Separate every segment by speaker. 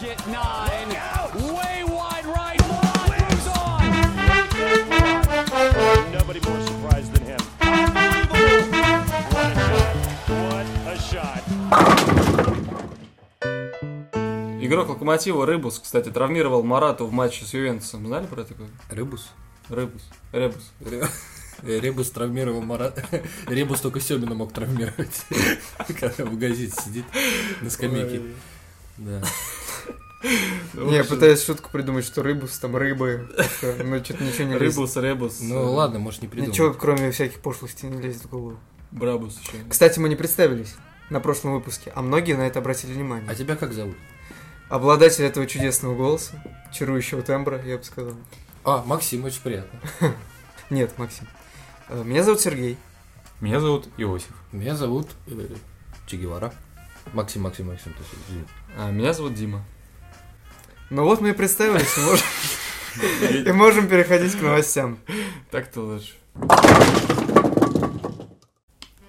Speaker 1: Get nine. Way wide right. Lawn moves on.
Speaker 2: Nobody more surprised than him. What a shot. What a shot.
Speaker 3: Игрок Локомотива Рыбус, кстати, травмировал Марату в матче с Ювентусом. Знали про такое?
Speaker 4: Рыбус?
Speaker 3: Рыбус. Ребус.
Speaker 4: Ре- Ребус травмировал Марат. Ребус только Семина мог травмировать. Когда в газете сидит на скамейке. Да.
Speaker 5: Не, я пытаюсь шутку придумать, что рыбус, там рыбы, всё, но что-то ничего не лезет.
Speaker 3: Рыбус, Ребус.
Speaker 4: Ну ладно, может не придумал.
Speaker 5: Ничего, кроме всяких пошлостей, не лезет в голову.
Speaker 3: Брабус еще.
Speaker 5: Кстати, мы не представились на прошлом выпуске, а многие на это обратили
Speaker 4: А
Speaker 5: внимание.
Speaker 4: тебя как зовут?
Speaker 5: Обладатель этого чудесного голоса, чарующего тембра, я бы сказал.
Speaker 4: А, Максим, очень приятно.
Speaker 5: Нет, Максим. Э, Меня зовут Сергей.
Speaker 6: Меня зовут Иосиф.
Speaker 4: Меня зовут э, Че Гевара. Максим, Максим, Максим. то есть, извини.
Speaker 3: А, меня зовут Дима.
Speaker 5: Ну вот мы и представились, и можем- и можем переходить к новостям.
Speaker 3: Так-то лучше.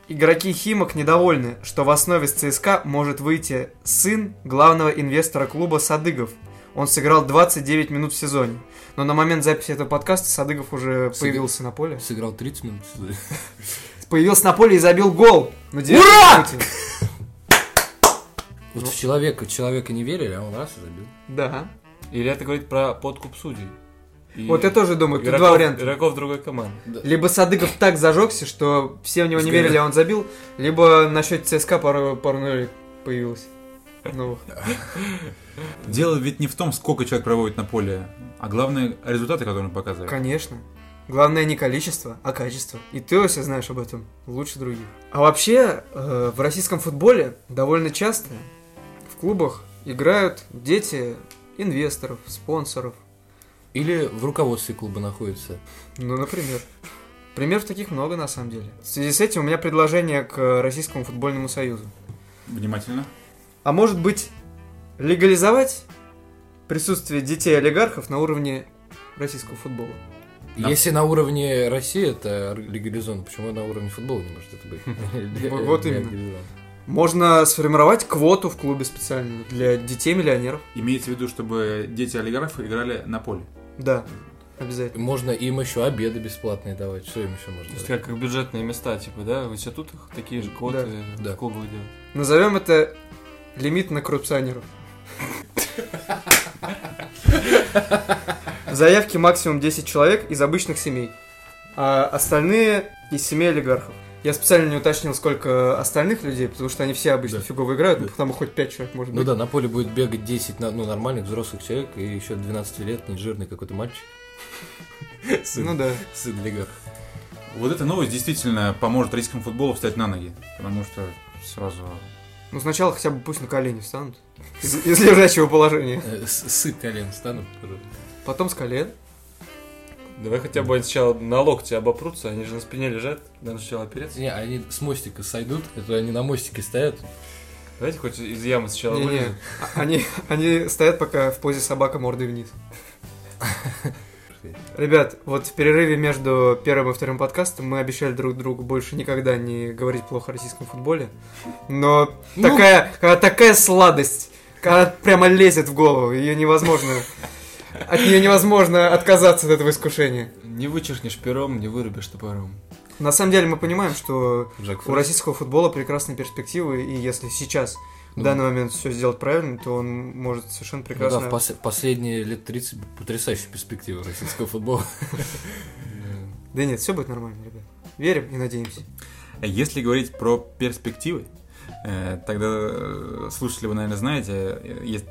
Speaker 5: Игроки Химок недовольны, что в основе с ЦСКА может выйти сын главного инвестора клуба Садыгов. Он сыграл 29 минут в сезоне. Но на момент записи этого подкаста Садыгов уже
Speaker 4: Сыгр-
Speaker 5: появился на поле.
Speaker 4: Сыграл 30 минут.
Speaker 5: Появился на поле и забил гол. На Ура!
Speaker 4: Вот в человека, в человека не верили, а он раз и забил.
Speaker 5: Да.
Speaker 3: Или это говорит про подкуп судей. И
Speaker 5: Вот я тоже думаю, тут
Speaker 3: игроков,
Speaker 5: два варианта.
Speaker 3: Игроков другой команды.
Speaker 5: Либо Садыгов так зажегся, что все в него не
Speaker 4: Сгорел.
Speaker 5: верили, а он забил, либо на счете ЦСКА пару, пару нулей появилось. новых.
Speaker 6: Дело ведь не в том, сколько человек проводит на поле, а главное результаты, которые он показывает.
Speaker 5: Конечно. Главное не количество, а качество. И ты, Ося, знаешь об этом лучше других. А вообще, э, в российском футболе довольно часто в клубах играют дети инвесторов, спонсоров.
Speaker 4: Или в руководстве клуба находится.
Speaker 5: Ну, например. Примеров таких много, на самом деле. В связи с этим у меня предложение к э, Российскому футбольному союзу.
Speaker 6: Внимательно.
Speaker 5: А может быть, легализовать присутствие детей олигархов на уровне российского футбола?
Speaker 6: Да.
Speaker 4: Если на уровне России это легализовано, почему на уровне футбола не может это быть?
Speaker 5: Вот именно. Можно сформировать квоту в клубе специальную для детей-миллионеров.
Speaker 6: Имеется в виду, чтобы дети олигархов играли на поле.
Speaker 5: Да, обязательно.
Speaker 4: Можно им еще обеды бесплатные давать. Что им еще можно
Speaker 3: То есть
Speaker 4: давать?
Speaker 3: как, как бюджетные места, типа, да? В институтах такие же квоты
Speaker 4: Да.
Speaker 3: в клубах делают.
Speaker 5: Назовем это лимит на коррупционеров. В заявке максимум 10 человек из обычных семей, а остальные из семей олигархов. Я специально не уточнил, сколько остальных людей, потому что они все обычно
Speaker 4: Да.
Speaker 5: фигово играют, ну,
Speaker 4: Да.
Speaker 5: потому хоть 5 человек может
Speaker 4: Ну
Speaker 5: быть.
Speaker 4: да, на поле будет бегать 10 на- ну, нормальных взрослых человек и еще 12-летний жирный какой-то мальчик. Сын,
Speaker 5: Ну да.
Speaker 4: сын олигарха.
Speaker 6: Вот эта новость действительно поможет российскому футболу встать на ноги. Потому что сразу...
Speaker 5: Ну сначала хотя бы пусть на колени встанут. Из, из лежачего положения.
Speaker 4: Э, с- Сыт колен станут.
Speaker 5: Потом с колен.
Speaker 3: Давай хотя бы они сначала на локте обопрутся, они же на спине лежат, надо сначала опереться.
Speaker 4: Не, они с мостика сойдут, это они на мостике стоят.
Speaker 3: Давайте хоть из ямы сначала
Speaker 5: Не-не,
Speaker 3: вылезут.
Speaker 5: а- Они, они стоят пока в позе собака мордой вниз. Ребят, вот в перерыве между первым и вторым подкастом мы обещали друг другу больше никогда не говорить плохо о российском футболе. Но
Speaker 4: Ну.
Speaker 5: такая, когда такая сладость, когда прямо лезет в голову, ее невозможно... От нее невозможно отказаться от этого искушения.
Speaker 3: Не вычеркнешь пером, не вырубишь топором.
Speaker 5: На самом деле мы понимаем, что
Speaker 4: Джек
Speaker 5: у российского футбола прекрасные перспективы, и если сейчас, в
Speaker 4: Ну.
Speaker 5: данный момент, все сделать правильно, то он может совершенно
Speaker 4: Ну да,
Speaker 5: прекрасно...
Speaker 4: в пос- последние лет 30 потрясающая перспектива российского футбола.
Speaker 5: Да нет, все будет нормально, ребят. Верим и надеемся.
Speaker 6: А Если говорить про перспективы, э, тогда э, слушатели вы, наверное, знаете, э, есть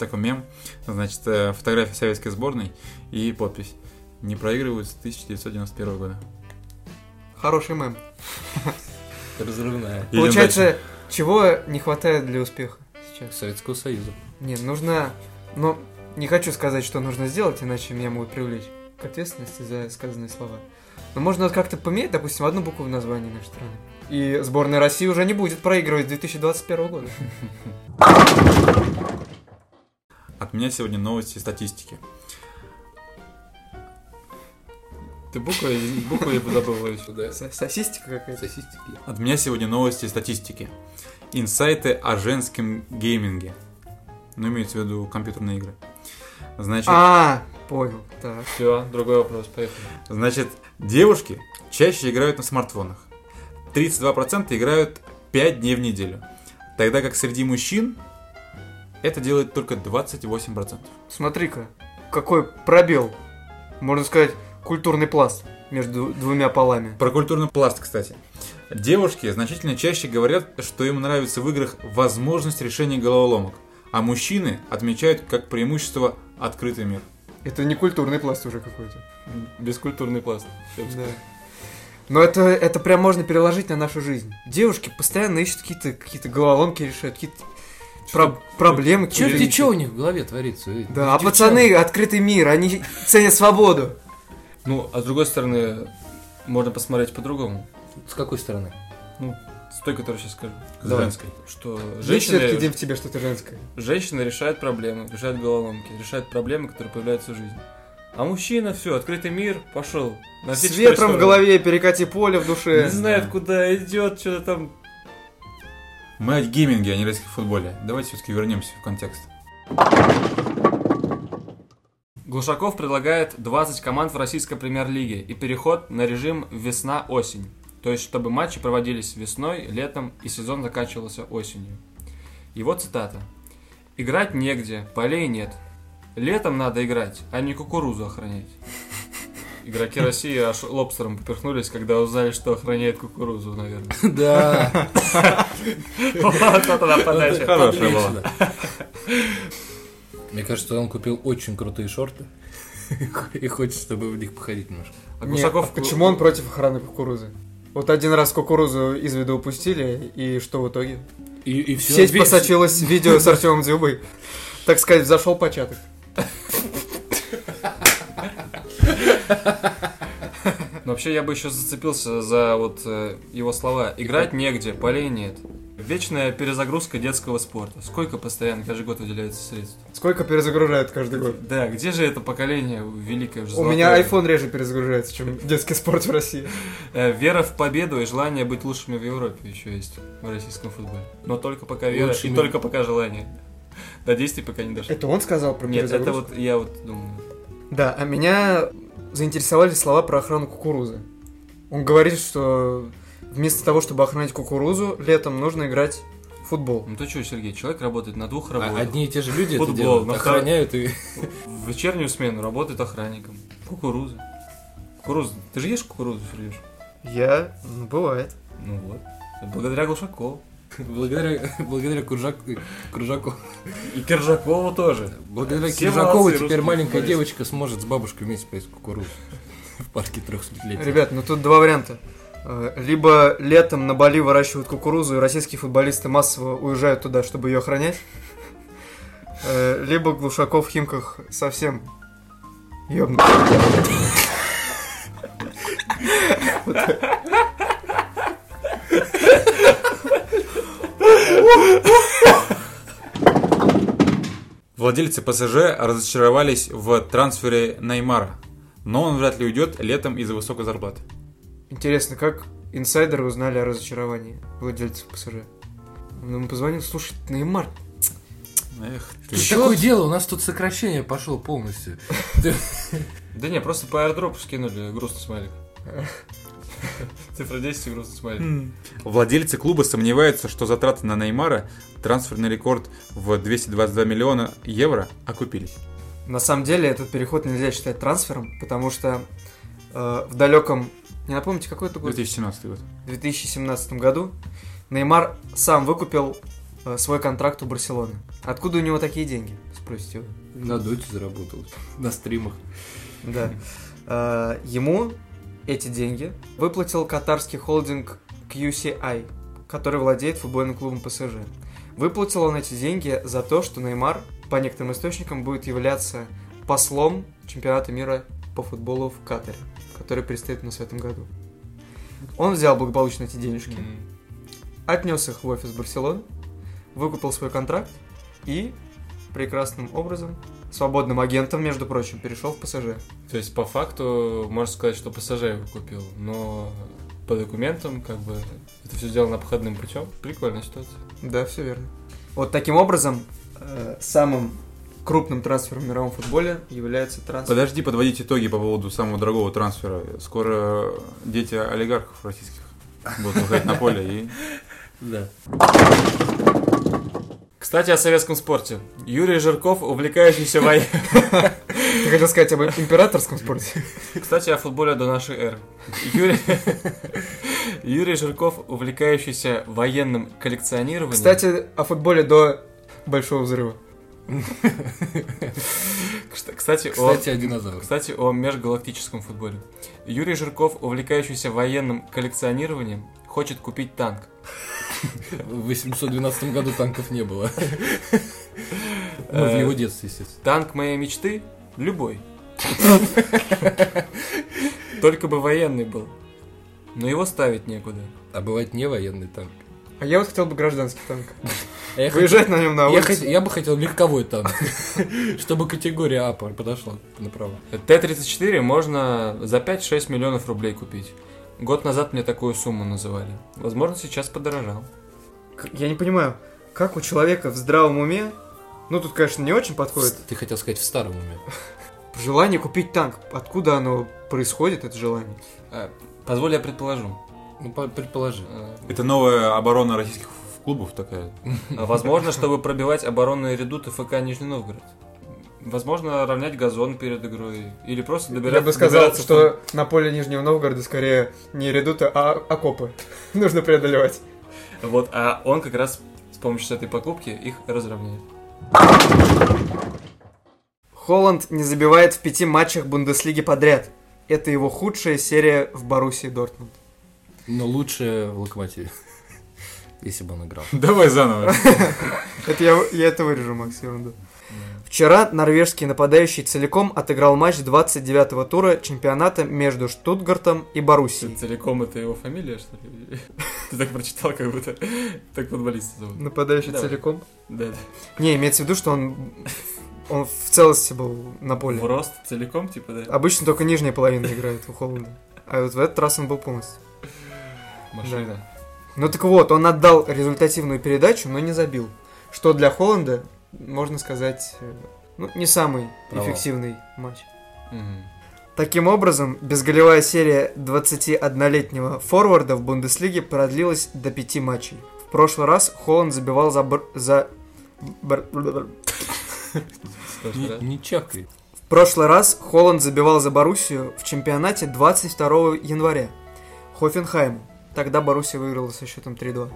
Speaker 6: такой мем, значит, э, фотография советской сборной и подпись. Не проигрывают с 1991 года.
Speaker 5: Хороший мем.
Speaker 4: Разрывная.
Speaker 6: Идем
Speaker 5: Получается,
Speaker 6: дальше.
Speaker 5: чего не хватает для успеха сейчас?
Speaker 4: Советского Союза.
Speaker 5: Не, нужно... Но не хочу сказать, что нужно сделать, иначе меня могут привлечь к ответственности за сказанные слова. Но можно вот как-то поменять, допустим, одну букву в названии нашей страны. И сборная России уже не будет проигрывать с 2021 года.
Speaker 6: От меня сегодня новости статистики.
Speaker 3: Ты буквы, буквы я забыл еще.
Speaker 4: Сюда.
Speaker 5: Со- Сосистика какая-то.
Speaker 4: Сосистики.
Speaker 6: От меня сегодня новости статистики. Инсайты о женском гейминге. Ну, имеется в виду компьютерные игры. Значит,
Speaker 5: А, понял. Так.
Speaker 3: Все, другой вопрос, поехали.
Speaker 6: значит, девушки чаще играют на смартфонах. 32% играют 5 дней в неделю. Тогда как среди мужчин это делает только 28%.
Speaker 5: Смотри-ка, какой пробел. Можно сказать, культурный пласт между двумя полами.
Speaker 6: Про культурный пласт, кстати. Девушки значительно чаще говорят, что им нравится в играх возможность решения головоломок, а мужчины отмечают как преимущество открытый мир.
Speaker 5: Это не культурный пласт уже какой-то.
Speaker 3: Бескультурный пласт. я бы
Speaker 5: Да. Но это, это прям можно переложить на нашу жизнь. Девушки постоянно ищут какие-то какие головоломки, решают какие-то про- проблемы.
Speaker 4: Че
Speaker 5: какие-то
Speaker 4: ты, че у них в голове творится? Э,
Speaker 5: Да, а
Speaker 4: девчонки.
Speaker 5: пацаны, открытый мир, они ценят свободу.
Speaker 3: Ну, а с другой стороны, можно посмотреть по-другому.
Speaker 4: С какой стороны?
Speaker 3: С той, которую сейчас скажу.
Speaker 6: С
Speaker 3: Давай.
Speaker 6: женской.
Speaker 3: Что
Speaker 5: все-таки,
Speaker 3: женщины,
Speaker 5: в тебе что-то женское.
Speaker 3: женщины решают проблемы, решают головоломки, решают проблемы, которые появляются в жизни. А мужчина, все, открытый мир, пошел. На все
Speaker 5: С
Speaker 3: четыре
Speaker 5: ветром в
Speaker 3: стороны.
Speaker 5: голове, перекати поле в душе.
Speaker 3: Не знает, куда идет, что-то там.
Speaker 6: Мы о гейминге, а не резких футболе. Давайте все-таки вернемся в контекст.
Speaker 3: Глушаков предлагает 20 команд в российской премьер-лиге и переход на режим весна-осень. То есть, чтобы матчи проводились весной, летом и сезон заканчивался осенью. Его цитата. «Играть негде, полей нет. Летом надо играть, а не кукурузу охранять». Игроки России аж лобстером поперхнулись, когда узнали, что охраняет кукурузу, наверное.
Speaker 4: Да.
Speaker 3: Вот это да, подача.
Speaker 6: Хорошая была.
Speaker 4: Мне кажется, он купил очень крутые шорты. И хочет, чтобы в них походить немножко.
Speaker 3: А
Speaker 5: Не,
Speaker 3: Глушаков-
Speaker 5: а почему он против охраны кукурузы? Вот один раз кукурузу из виду упустили, и что в итоге?
Speaker 4: И, и
Speaker 5: В
Speaker 4: все.
Speaker 5: сеть посочилось видео с Артемом Дзюбой. Так сказать, взошел початок.
Speaker 3: Но вообще я бы еще зацепился за вот э, его слова. Играть негде, полей нет. Вечная перезагрузка детского спорта. Сколько постоянно каждый год выделяется средств?
Speaker 5: Сколько перезагружают каждый год?
Speaker 3: Да, где же это поколение великое? уже
Speaker 5: У меня
Speaker 3: золотое?
Speaker 5: iPhone реже перезагружается, чем детский спорт в России.
Speaker 3: Э, Вера в победу и желание быть лучшими в Европе еще есть в российском футболе. Но только пока вера
Speaker 4: Лучшими.
Speaker 3: и только пока желание. До действий пока не дошло.
Speaker 5: Это он сказал про
Speaker 3: Нет, это
Speaker 5: перезагрузку?
Speaker 3: вот я вот думаю.
Speaker 5: Да, а меня заинтересовали слова про охрану кукурузы. Он говорит, что вместо того, чтобы охранять кукурузу, летом нужно играть в футбол.
Speaker 3: Ну ты что, Сергей, человек работает на двух
Speaker 4: А-
Speaker 3: работах.
Speaker 4: Одни и те же люди это
Speaker 3: Футбол, ну
Speaker 4: делают,
Speaker 3: на
Speaker 4: охраняют и...
Speaker 3: В вечернюю смену работает охранником. Кукуруза. Кукуруза. Ты же ешь кукурузу, Сереж?
Speaker 5: Я? Ну, бывает.
Speaker 3: Ну вот. Благодаря Глушакову.
Speaker 4: Благодаря, благодаря Куржак- Кружаку.
Speaker 3: И Киржакову тоже.
Speaker 4: Благодаря
Speaker 3: Все
Speaker 4: Киржакову
Speaker 3: молодцы,
Speaker 4: теперь
Speaker 3: русские
Speaker 4: маленькая
Speaker 3: футболисты.
Speaker 4: девочка сможет с бабушкой вместе поесть кукурузу. В парке 300-летия.
Speaker 5: Ребят, ну тут два варианта. Э, Либо летом на Бали выращивают кукурузу, и российские футболисты массово уезжают туда, чтобы ее охранять. Э, Либо Глушаков в Химках совсем ёбнут.
Speaker 6: Владельцы ПСЖ разочаровались в трансфере Неймара, но он вряд ли уйдет летом из-за высокой зарплаты.
Speaker 5: Интересно, как инсайдеры узнали о разочаровании владельцев ПСЖ? Он ему позвонил, слушай, Неймар,
Speaker 6: Эх ты.
Speaker 4: Тут такое дело, у нас тут сокращение пошло полностью.
Speaker 3: Да не, просто по аирдропу скинули грустный смайлик. Цифра 10 и грустный смайлик.
Speaker 6: Владельцы клуба сомневаются, что затраты на Неймара, трансферный рекорд в 222 миллиона евро, окупились.
Speaker 5: На самом деле этот переход нельзя считать трансфером, потому что э, в далеком, не напомните, какой это год?
Speaker 6: 2017 год.
Speaker 5: 2017 году Неймар сам выкупил э, свой контракт у Барселоны. Откуда у него такие деньги, спросите вы?
Speaker 4: На доте заработал. На стримах.
Speaker 5: Да. Э, Ему эти деньги выплатил катарский холдинг QCI, который владеет футбольным клубом ПСЖ. Выплатил он эти деньги за то, что Неймар, по некоторым источникам, будет являться послом чемпионата мира по футболу в Катаре, который предстоит у нас в этом году. Он взял благополучно эти денежки,
Speaker 3: М.
Speaker 5: отнес их в офис Барселоны, выкупил свой контракт и прекрасным образом, свободным агентом, между прочим, перешел в ПСЖ.
Speaker 3: То есть, по факту, можно сказать, что пассажир его купил, но по документам, как бы, это все сделано обходным путем. Прикольная ситуация.
Speaker 5: Да, все верно. Вот таким образом э, э, самым крупным трансфером в мировом футболе является трансфер.
Speaker 6: Подожди подводить итоги по поводу самого дорогого трансфера. Скоро дети олигархов российских будут выходить на поле и...
Speaker 4: Да.
Speaker 3: Кстати, о советском спорте. Юрий Жирков, увлекающийся вой...
Speaker 5: Ты хотел сказать об императорском спорте?
Speaker 3: Кстати, о футболе до нашей эры. Юрий... Юрий Жирков, увлекающийся военным коллекционированием.
Speaker 5: Кстати, о футболе до Большого взрыва.
Speaker 3: Кста- кстати,
Speaker 4: Кстати,
Speaker 3: о...
Speaker 4: о динозаврах.
Speaker 3: Кстати, о межгалактическом футболе. Юрий Жирков, увлекающийся военным коллекционированием, хочет купить танк.
Speaker 4: В 812 году танков не было. Ну, в его детстве, естественно.
Speaker 3: Танк моей мечты любой. Только бы военный был. Но его ставить некуда.
Speaker 4: А бывает не военный танк.
Speaker 5: А я вот хотел бы гражданский танк.
Speaker 4: А я
Speaker 5: Выезжать на нем на
Speaker 4: Я,
Speaker 5: улицу.
Speaker 4: хот- я бы хотел легковой танк, чтобы категория А подошла направо.
Speaker 3: Т-34 можно за 5-6 миллионов рублей купить. Год назад мне такую сумму называли. Возможно, сейчас подорожал.
Speaker 5: К- Я не понимаю, как у человека в здравом уме, ну тут, конечно, не очень подходит,
Speaker 4: Ты хотел сказать в старом уме.
Speaker 5: желание купить танк. Откуда оно происходит, это желание?
Speaker 3: Э, Позволь, я предположу.
Speaker 4: Ну, по- предположи.
Speaker 3: Э,
Speaker 6: Это новая оборона российских клубов такая.
Speaker 3: А Возможно, чтобы пробивать оборонные редуты ФК Нижний Новгород. Возможно, равнять газон перед игрой. Или просто добира-
Speaker 5: Я бы сказал,
Speaker 3: добираться в-
Speaker 5: что на поле Нижнего Новгорода скорее не редуты, а окопы. Нужно преодолевать.
Speaker 3: Вот, а он как раз с помощью этой покупки их разровняет.
Speaker 5: Холланд не забивает в пяти матчах Бундеслиги подряд. Это его худшая серия в Боруссии Дортмунд.
Speaker 4: Но лучше в локомотиве. Если бы он играл.
Speaker 6: Давай заново.
Speaker 5: Это я, я это вырежу, Макс, ерунда. Вчера норвежский нападающий целиком отыграл матч 29-го тура чемпионата между Штутгартом и
Speaker 3: Ц-
Speaker 5: Боруссией.
Speaker 3: Целиком это его фамилия, что ли? Ты так прочитал, как будто так футболиста зовут.
Speaker 5: Нападающий
Speaker 3: Давай.
Speaker 5: целиком?
Speaker 3: Да, да.
Speaker 5: Не, имеется в виду, что он, он в целости был на
Speaker 3: В
Speaker 5: поле.
Speaker 3: рост целиком, типа, да?
Speaker 5: Обычно только нижняя половина играет у Холланда. А вот в этот раз он был полностью.
Speaker 3: Машина.
Speaker 5: Ну так вот, он отдал результативную передачу, но не забил. Что для Холланда, можно сказать, э, ну, не самый
Speaker 4: Провал.
Speaker 5: эффективный матч.
Speaker 3: Мгм.
Speaker 5: Таким образом, безголевая серия 21-летнего форварда в Бундеслиге продлилась до пяти матчей. В прошлый раз Холланд забивал за... Бр- за... Бр- бр-
Speaker 3: Слушай, да.
Speaker 4: Не, не чакай.
Speaker 5: В прошлый раз Холланд забивал за Боруссию в чемпионате 22 января Хофенхайму. Тогда Боруссия выиграла со счетом 3-2.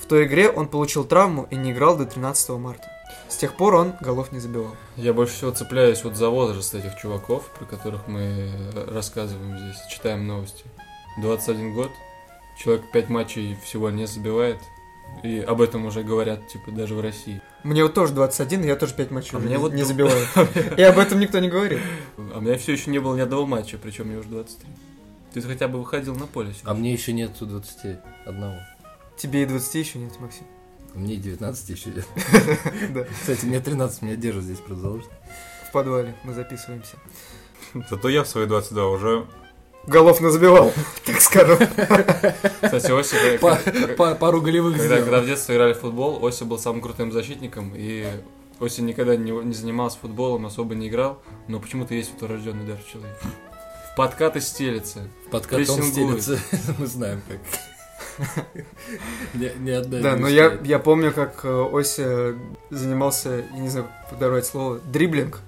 Speaker 5: В той игре он получил травму и не играл до 13 марта. С тех пор он голов не забивал.
Speaker 3: Я больше всего цепляюсь вот за возраст этих чуваков, про которых мы э, рассказываем здесь, читаем новости. 21 год, человек 5 матчей всего не забивает, и об этом уже говорят, типа, даже в России.
Speaker 5: Мне вот тоже 21, и я тоже 5 матчей
Speaker 3: А
Speaker 5: уже
Speaker 3: мне
Speaker 5: не-
Speaker 3: вот
Speaker 5: не
Speaker 3: дум-
Speaker 5: забиваю. И об этом никто не говорит.
Speaker 3: А у меня все еще не было ни одного матча, причем мне уже 23. Ты хотя бы выходил на поле сегодня.
Speaker 4: А мне еще нету 21.
Speaker 5: Тебе и 20 еще нет, Максим.
Speaker 4: Мне 19 еще нет.
Speaker 5: Да,
Speaker 4: Кстати, мне 13, меня держат здесь продолжить.
Speaker 5: в подвале мы записываемся.
Speaker 6: Зато я в свои 22 уже...
Speaker 5: Голов назабивал, так скажем.
Speaker 3: Кстати, Оси, э,
Speaker 4: Па-
Speaker 3: когда-
Speaker 4: па- Пару голевых
Speaker 3: когда, когда
Speaker 4: сделал.
Speaker 3: в детстве играли в футбол, Оси был самым крутым защитником, и Оси никогда не, не занимался футболом, особо не играл, но почему-то есть вот урожденный дар в человеке. В подкаты стелится.
Speaker 4: Под котом
Speaker 3: прессингует.
Speaker 4: стелится. Мы знаем как. Ни ни одна
Speaker 5: Да,
Speaker 4: не
Speaker 5: но я,
Speaker 4: успеет.
Speaker 5: я помню, как э, Ося занимался, я не знаю, как подобрать слово, дриблинг.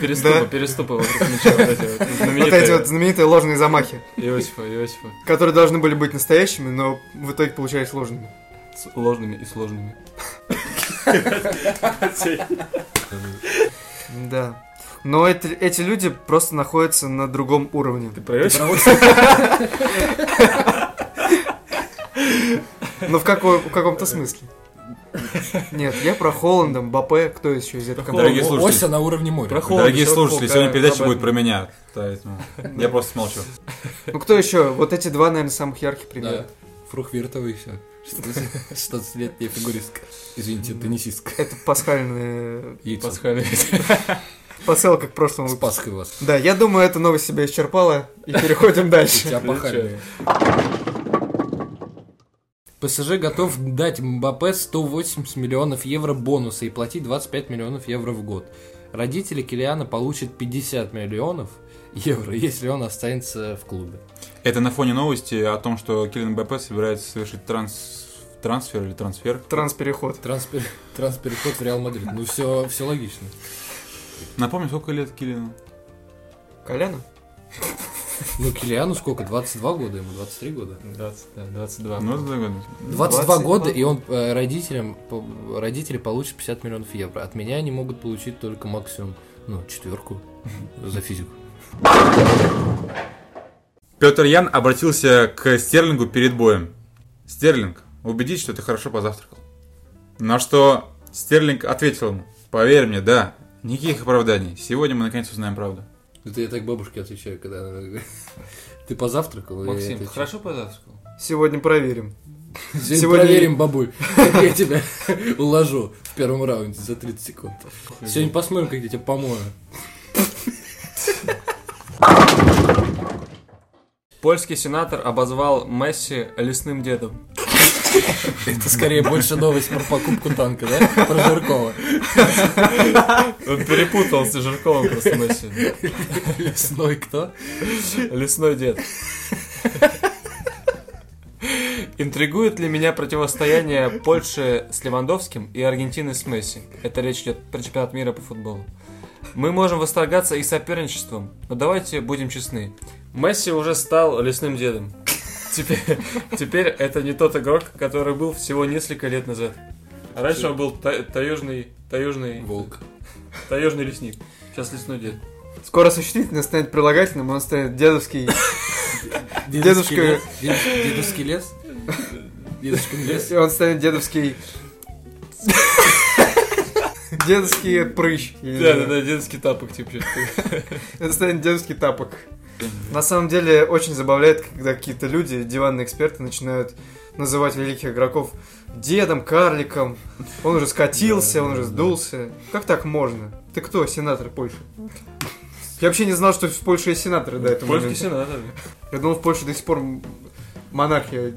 Speaker 3: Переступы,
Speaker 5: Да.
Speaker 3: переступы вокруг мяча. Вот эти вот
Speaker 5: Вот эти
Speaker 3: знаменитые.
Speaker 5: вот знаменитые ложные замахи,
Speaker 3: Иосифа, Иосифа.
Speaker 5: которые должны были быть настоящими, но в итоге получались ложными.
Speaker 3: С ложными и сложными.
Speaker 5: Да. Но это- эти люди просто находятся на другом уровне.
Speaker 3: про
Speaker 5: Но в, какой- в каком-то смысле. Нет, я про Холланда, Бапе, кто еще из этой команды?
Speaker 6: Дорогие
Speaker 4: О,
Speaker 6: слушатели.
Speaker 4: Ося на уровне моря.
Speaker 3: Проход-
Speaker 6: Дорогие
Speaker 3: Холодно,
Speaker 6: слушатели,
Speaker 3: всё,
Speaker 6: сегодня
Speaker 3: пока
Speaker 6: передача
Speaker 3: об
Speaker 6: будет
Speaker 3: этом.
Speaker 6: про меня. Поэтому Я просто молчу.
Speaker 5: Ну кто еще? Вот эти два, наверное, самых ярких примера.
Speaker 4: Да. Фрухвертовый еще. 16-летняя фигуристка. Извините, теннисистка.
Speaker 5: Это пасхальные
Speaker 4: Яйцо.
Speaker 3: Пасхальный.
Speaker 5: посылка к прошлому
Speaker 4: С
Speaker 5: выпуску.
Speaker 4: Пасхой вас.
Speaker 5: Да, я думаю, эта новость себя исчерпала, и переходим дальше.
Speaker 4: Тебя пахали. ПСЖ готов дать Мбаппе 180 миллионов евро бонуса и платить 25 миллионов евро в год. Родители Килиана получат 50 миллионов евро, если он останется в клубе.
Speaker 6: Это на фоне новости о том, что Килин БП собирается совершить транс... трансфер или трансфер.
Speaker 5: Транспереход.
Speaker 4: Транспер... Транспереход в Реал Мадрид. Ну, все, все логично.
Speaker 6: Напомню, сколько лет Килину?
Speaker 5: Коляна?
Speaker 4: Ну, Килиану сколько? 22 года ему, 23 года.
Speaker 3: 20, да, 22.
Speaker 6: Ну, это года.
Speaker 4: 22
Speaker 5: 22
Speaker 4: года, и он э, родителям, по- родители получат 50 миллионов евро. От меня они могут получить только максимум, ну, четверку за физику.
Speaker 6: Петр Ян обратился к Стерлингу перед боем. Стерлинг, убедись, что ты хорошо позавтракал. На что Стерлинг ответил ему, поверь мне, да, никаких оправданий, сегодня мы наконец узнаем правду.
Speaker 4: Это я так бабушке отвечаю, когда она говорит, ты позавтракал? И я
Speaker 3: Максим, ты
Speaker 4: отвечаю,
Speaker 3: хорошо позавтракал?
Speaker 5: Сегодня проверим.
Speaker 4: Сегодня,
Speaker 5: Сегодня-
Speaker 4: проверим, бабуль, как я тебя уложу в первом раунде за 30 секунд. Сегодня посмотрим, как я тебя помою.
Speaker 3: Польский сенатор обозвал Месси лесным дедом.
Speaker 4: Это скорее больше новость про покупку танка, да? Про Жиркова.
Speaker 3: Он перепутал с Жирковым просто Месси.
Speaker 4: Лесной кто?
Speaker 3: Лесной дед. Интригует ли меня противостояние Польши с Левандовским и Аргентины с Месси? Это речь идет про чемпионат мира по футболу. Мы можем восторгаться и соперничеством, но давайте будем честны. Месси уже стал лесным дедом. Теперь, теперь это не тот игрок, который был всего несколько лет назад. А Раньше он был та- таежный, таежный,
Speaker 4: Волк.
Speaker 3: таежный лесник. Сейчас лесной дед.
Speaker 5: Скоро существительное станет прилагательным, он станет дедовский. Дедушка-
Speaker 4: лес. Дедуш- Дедушки лес? Дедушкин лес?
Speaker 5: И он станет дедовский. Дедовский прыщ. я не
Speaker 3: Да, да,
Speaker 5: знаю.
Speaker 3: да, дедовский тапок типа. чё-то.
Speaker 5: Это станет дедовский тапок. На самом деле очень забавляет, когда какие-то люди, диванные эксперты, начинают называть великих игроков дедом, карликом. Он уже скатился, он уже сдулся. Как так можно? Ты кто, сенатор Польши? Я вообще не знал, что в Польше есть сенаторы до этого
Speaker 3: Польский
Speaker 5: момента.
Speaker 3: сенатор.
Speaker 5: Я думал, в Польше до сих пор м- монархия.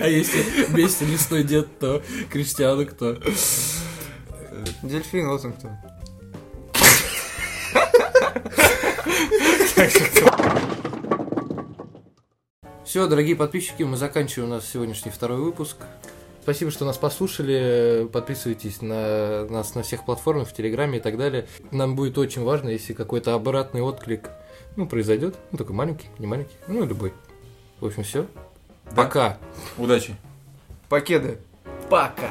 Speaker 4: А если вместе лесной дед, то Криштиану кто?
Speaker 5: Дельфин, вот он кто.
Speaker 4: Все, дорогие подписчики, мы заканчиваем наш сегодняшний второй выпуск. Спасибо, что нас послушали. Подписывайтесь на нас на всех платформах, в Телеграме и так далее. Нам будет очень важно, если какой-то обратный отклик ну, произойдет. Ну, такой маленький, не маленький, ну, любой. В общем, все. Пока.
Speaker 6: Удачи.
Speaker 5: Покеды.
Speaker 3: Пока.